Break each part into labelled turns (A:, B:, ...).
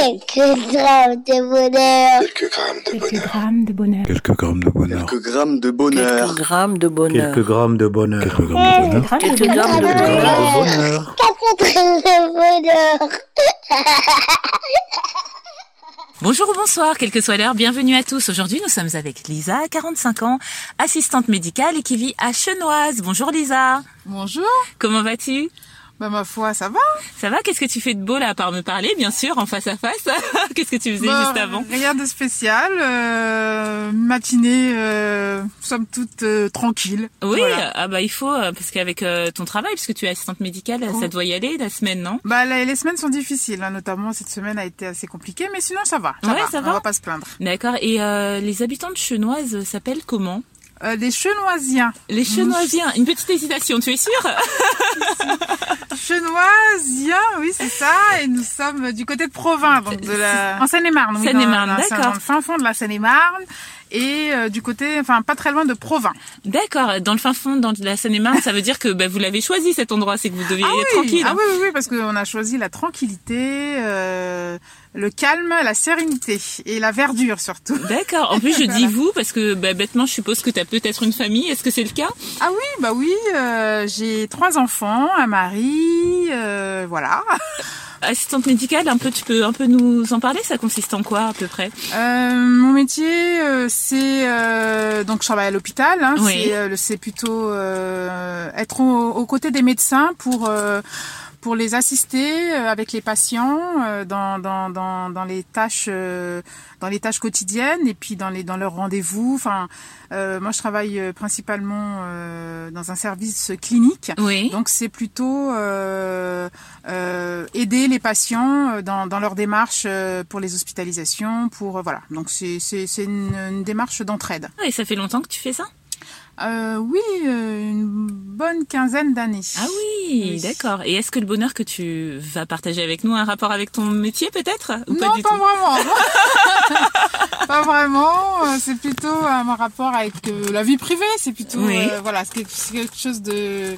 A: Quelques grammes de bonheur.
B: Quelques grammes de
C: Quelques
B: bonheur.
C: grammes de bonheur.
D: Quelques grammes de bonheur.
E: Quelques grammes de
F: Quelques
E: bonheur.
F: grammes de bonheur.
G: Quelques grammes de bonheur.
D: Quelques grammes de bonheur.
C: Quelques
F: Quelques grammes
C: grammes de
F: de
C: bonheur.
G: bonheur.
A: Quatre grammes de bonheur.
H: Bonjour ou bonsoir, quelle que soit l'heure, bienvenue à tous. Aujourd'hui, nous sommes avec Lisa, 45 ans, assistante médicale et qui vit à Chenoise. Bonjour Lisa,
I: Bonjour,
H: comment vas-tu
I: bah ma foi, ça va
H: Ça va Qu'est-ce que tu fais de beau là, à part me parler, bien sûr, en face à face Qu'est-ce que tu faisais
I: Bah,
H: juste avant
I: Rien de spécial, euh, matinée, euh, somme toute euh, tranquille.
H: Oui,
I: Voilà.
H: ah bah il faut, euh, parce qu'avec euh, ton travail, puisque tu es assistante médicale,
I: Oh.
H: ça doit y aller la semaine, non
I: Bah les, les semaines sont difficiles, hein, notamment cette semaine a été assez compliquée, mais sinon ça va. Ça
H: Ouais,
I: va,
H: ça
I: on
H: va.
I: va pas se plaindre.
H: D'accord, et euh, les habitants de Chenoise s'appellent comment
I: Euh, les Chenoisiens,
H: Les Chenoisiens, une petite hésitation, tu es sûre
I: Chenoisiens, oui c'est ça, et nous sommes du côté de Provins, donc de la en Seine-et-Marne. oui, dans-
H: Seine-et-Marne,
I: dans-
H: d'accord.
I: Dans le fin fond de la Seine-et-Marne et euh, du côté, enfin pas très loin de Provins.
H: D'accord, dans le fin fond, dans la Seine-et-Marne, ça veut dire que bah, vous l'avez choisi cet endroit, c'est que vous deviez
I: Ah
H: y
I: oui,
H: être tranquille.
I: ah
H: hein.
I: oui, oui, oui, parce qu'on a choisi la tranquillité, euh, le calme, la sérénité et la verdure surtout.
H: D'accord. En plus, je dis
I: Voilà.
H: vous parce que bah, bêtement, je suppose que tu as peut-être une famille. Est-ce que c'est le cas
I: Ah oui, bah oui, euh, j'ai trois enfants, un mari, euh, voilà.
H: Assistante médicale, un peu, tu peux un peu nous en parler. Ça consiste en quoi à peu près
I: Euh, mon métier, euh, c'est euh, donc je travaille à l'hôpital. Hein,
H: Oui.
I: C'est euh, le- c'est plutôt euh, être au- aux côtés des médecins pour euh, pour les assister euh, avec les patients euh, dans, dans, dans, dans les tâches euh, dans les tâches quotidiennes et puis dans les dans leurs rendez-vous. Enfin, euh, moi je travaille euh, principalement euh, dans un service clinique.
H: Oui.
I: Donc c'est plutôt euh, euh, aider les patients euh, dans, dans leur démarche euh, pour les hospitalisations, pour euh, voilà. Donc c'est c'est c'est une, une démarche d'entraide.
H: Et ça fait longtemps que tu fais ça
I: Euh, oui, euh, une bonne quinzaine d'années.
H: Ah oui,
I: Oui.
H: d'accord. Et est-ce que le bonheur que tu vas partager avec nous a un rapport avec ton métier peut-être ou
I: non,
H: pas du
I: pas
H: tout
I: vraiment. pas vraiment. euh, C'est plutôt euh, mon rapport avec euh, la vie privée. C'est plutôt
H: Oui.
I: euh, voilà, c'est quelque- c'est quelque chose de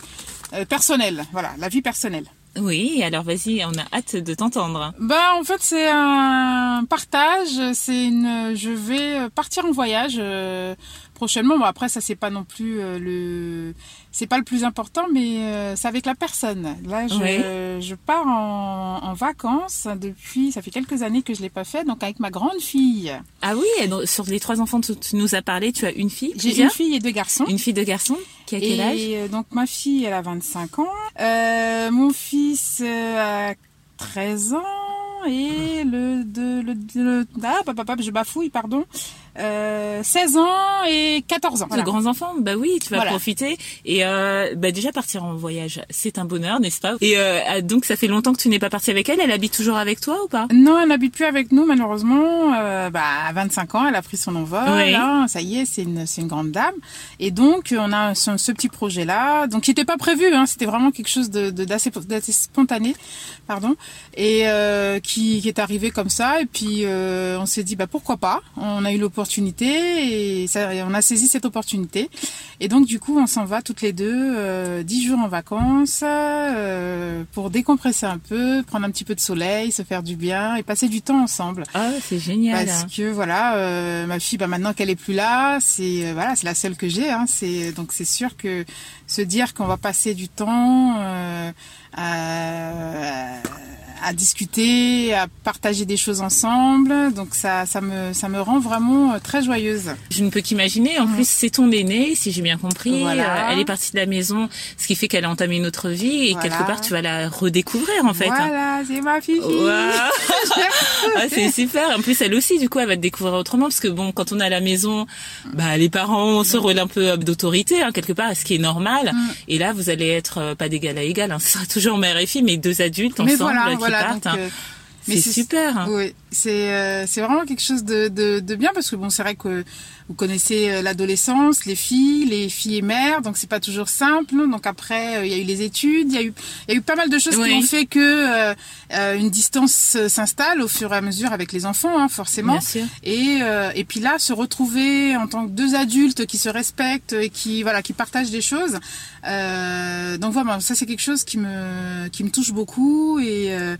I: euh, personnel. Voilà, la vie personnelle.
H: Oui. Alors vas-y, on a hâte de t'entendre.
I: Ben en fait c'est un partage, c'est une je vais partir en voyage euh, prochainement. Bon après ça c'est pas non plus euh, le c'est pas le plus important mais euh, c'est avec la personne. Là je je pars en, en vacances depuis ça fait quelques années que je l'ai pas fait donc avec ma grande fille.
H: Ah oui. et donc, sur les trois enfants dont tu nous as parlé, tu as une fille.
I: J'ai une
H: plusieurs
I: fille et deux garçons.
H: Une fille de garçon qui a quel
I: et
H: âge
I: euh, donc ma fille elle a 25 ans, Euh, mon fils euh, a 13 ans et le de le, le- ah papa, papa, je bafouille pardon Euh, 16 ans et 14 ans.
H: de
I: Voilà.
H: grands enfants, bah oui, tu vas
I: Voilà.
H: profiter et euh, bah déjà partir en voyage, c'est un bonheur, n'est-ce pas Et euh, ah, donc ça fait longtemps que tu n'es pas partie avec elle. Elle habite toujours avec toi ou pas
I: Non, elle n'habite plus avec nous malheureusement. Euh, bah, à 25 ans, elle a pris son envol.
H: Oui.
I: hein. ça y est, c'est une, c'est une grande dame. Et donc, on a ce, ce petit projet-là, donc qui n'était pas prévu. Hein, C'était vraiment quelque chose de de- d'assez d'assez spontané, pardon, et euh, qui, qui est arrivé comme ça. Et puis, euh, on s'est dit, bah pourquoi pas On a eu l'opportunité et, ça- et on a saisi cette opportunité. Et donc, du coup, on s'en va toutes les deux euh, 10 jours en vacances euh, pour décompresser un peu, prendre un petit peu de soleil, se faire du bien et passer du temps ensemble.
H: Ah, c'est génial.
I: Parce que voilà, euh, ma fille, bah, maintenant qu'elle est plus là, c'est euh, voilà, c'est la seule que j'ai. Hein, c'est donc c'est sûr que se dire qu'on va passer du temps euh, à, à discuter, à partager des choses ensemble, donc ça, ça me ça me rend vraiment euh, très joyeuse.
H: Je ne peux qu'imaginer. En
I: Mm.
H: plus, c'est ton aînée, si j'ai bien compris. Euh,
I: Voilà.
H: elle est partie de la maison, ce qui fait qu'elle a entamé une autre vie et
I: Voilà.
H: quelque part tu vas la redécouvrir en fait. hein.
I: Voilà, c'est ma fille.
H: Waouh. Ah, c'est super. En plus, elle aussi, du coup, elle va te découvrir autrement parce que bon, quand on est à la maison, bah les parents ont ce rôle un peu euh, d'autorité hein, quelque part, ce qui est normal.
I: Mm.
H: Et là, vous allez être euh, pas d'égal à égal. Hein. Ce sera toujours mère et fille, mais deux adultes
I: Mais
H: ensemble
I: voilà,
H: qui
I: voilà.
H: partent.
I: donc,
H: hein.
I: euh, mais
H: C'est super. hein.
I: Oui, c'est euh, c'est vraiment quelque chose de, de, de bien parce que bon, c'est vrai que vous connaissez euh, l'adolescence, les filles, les filles et mères, donc c'est pas toujours simple. Donc après, euh, il y a eu les études, il y a eu il y a eu pas mal de choses
H: Oui.
I: qui ont fait que euh, euh, une distance euh, s'installe au fur et à mesure avec les enfants, hein, forcément.
H: Bien sûr.
I: Et euh, et puis là, se retrouver en tant que deux adultes qui se respectent et qui voilà, qui partagent des choses. Euh, donc voilà, ça c'est quelque chose qui me qui me touche beaucoup et euh,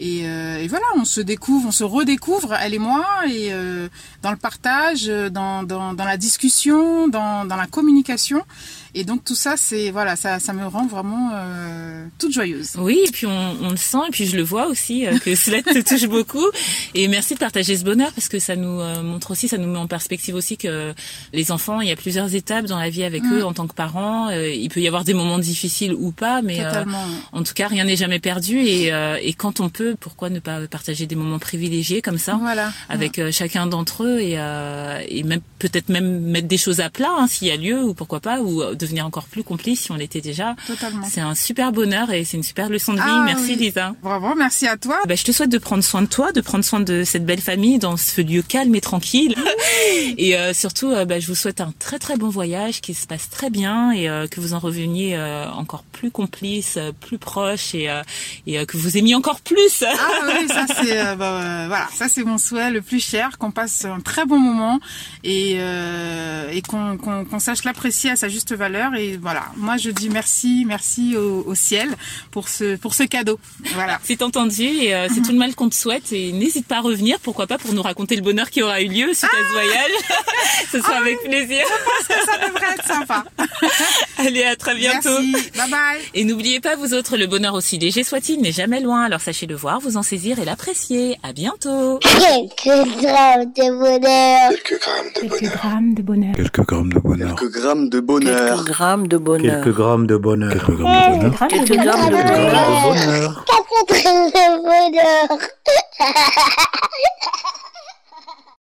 I: Et, euh, et voilà, on se découvre, on se redécouvre, elle et moi, et euh, dans le partage, euh, dans, dans, dans la discussion, dans, dans la communication. Et donc tout ça, c'est voilà, ça, ça me rend vraiment euh, toute joyeuse.
H: Oui, et puis on, on le sent, et puis je le vois aussi, euh, que cela te touche beaucoup. Et merci de partager ce bonheur, parce que ça nous euh, montre aussi, ça nous met en perspective aussi que les enfants, il y a plusieurs étapes dans la vie avec
I: Mm.
H: eux en tant que parents. Euh, il peut y avoir des moments difficiles ou pas, mais euh,
I: Totalement.
H: en tout cas, rien n'est jamais perdu. Et, euh, et quand on peut, pourquoi ne pas partager des moments privilégiés comme ça
I: Voilà.
H: avec euh, chacun d'entre eux et, euh, et même peut-être même mettre des choses à plat hein, s'il y a lieu ou pourquoi pas ou euh, devenir encore plus complice si on l'était déjà.
I: Totalement.
H: C'est un super bonheur et c'est une super leçon de vie.
I: Ah
H: Merci
I: oui.
H: Lisa.
I: Bravo, merci à toi.
H: Bah, je te souhaite de prendre soin de toi, de prendre soin de cette belle famille dans ce lieu calme et tranquille. Et euh, surtout, euh, bah, je vous souhaite un très très bon voyage qui se passe très bien et euh, que vous en reveniez euh, encore plus complice, euh, plus proche et, euh, et euh, que vous aimiez encore plus.
I: Ah oui, ça c'est euh, bah, euh, voilà, ça c'est mon souhait le plus cher, qu'on passe un très bon moment et, euh, et qu'on qu'on- qu'on sache l'apprécier à sa juste valeur. Et voilà, moi je dis merci, merci au, au ciel pour ce pour ce cadeau. Voilà.
H: C'est entendu et euh, c'est tout le mal qu'on te souhaite et n'hésite pas à revenir, pourquoi pas, pour nous raconter le bonheur qui aura eu lieu suite à ce voyage. Ce sera avec plaisir.
I: ça devrait être sympa.
H: Allez, à très bientôt.
I: Merci. Bye bye.
H: Et n'oubliez pas, vous autres, le bonheur aussi léger soit-il n'est jamais loin, alors sachez le voir, vous en saisir et l'apprécier. À bientôt
A: Quelques drames de bonheur.
B: Quelques grammes de
C: Quelques
B: bonheur.
C: grammes de bonheur.
G: Quelques grammes de bonheur.
B: Quelques grammes de bonheur.
D: Quelques grammes de bonheur.
G: Quelques grammes de bonheur. Quelques
C: Quelques grammes de bonheur.
D: Quelques grammes de
G: grammes
D: bonheur.
G: de bonheur.
A: Quatre drames de bonheur.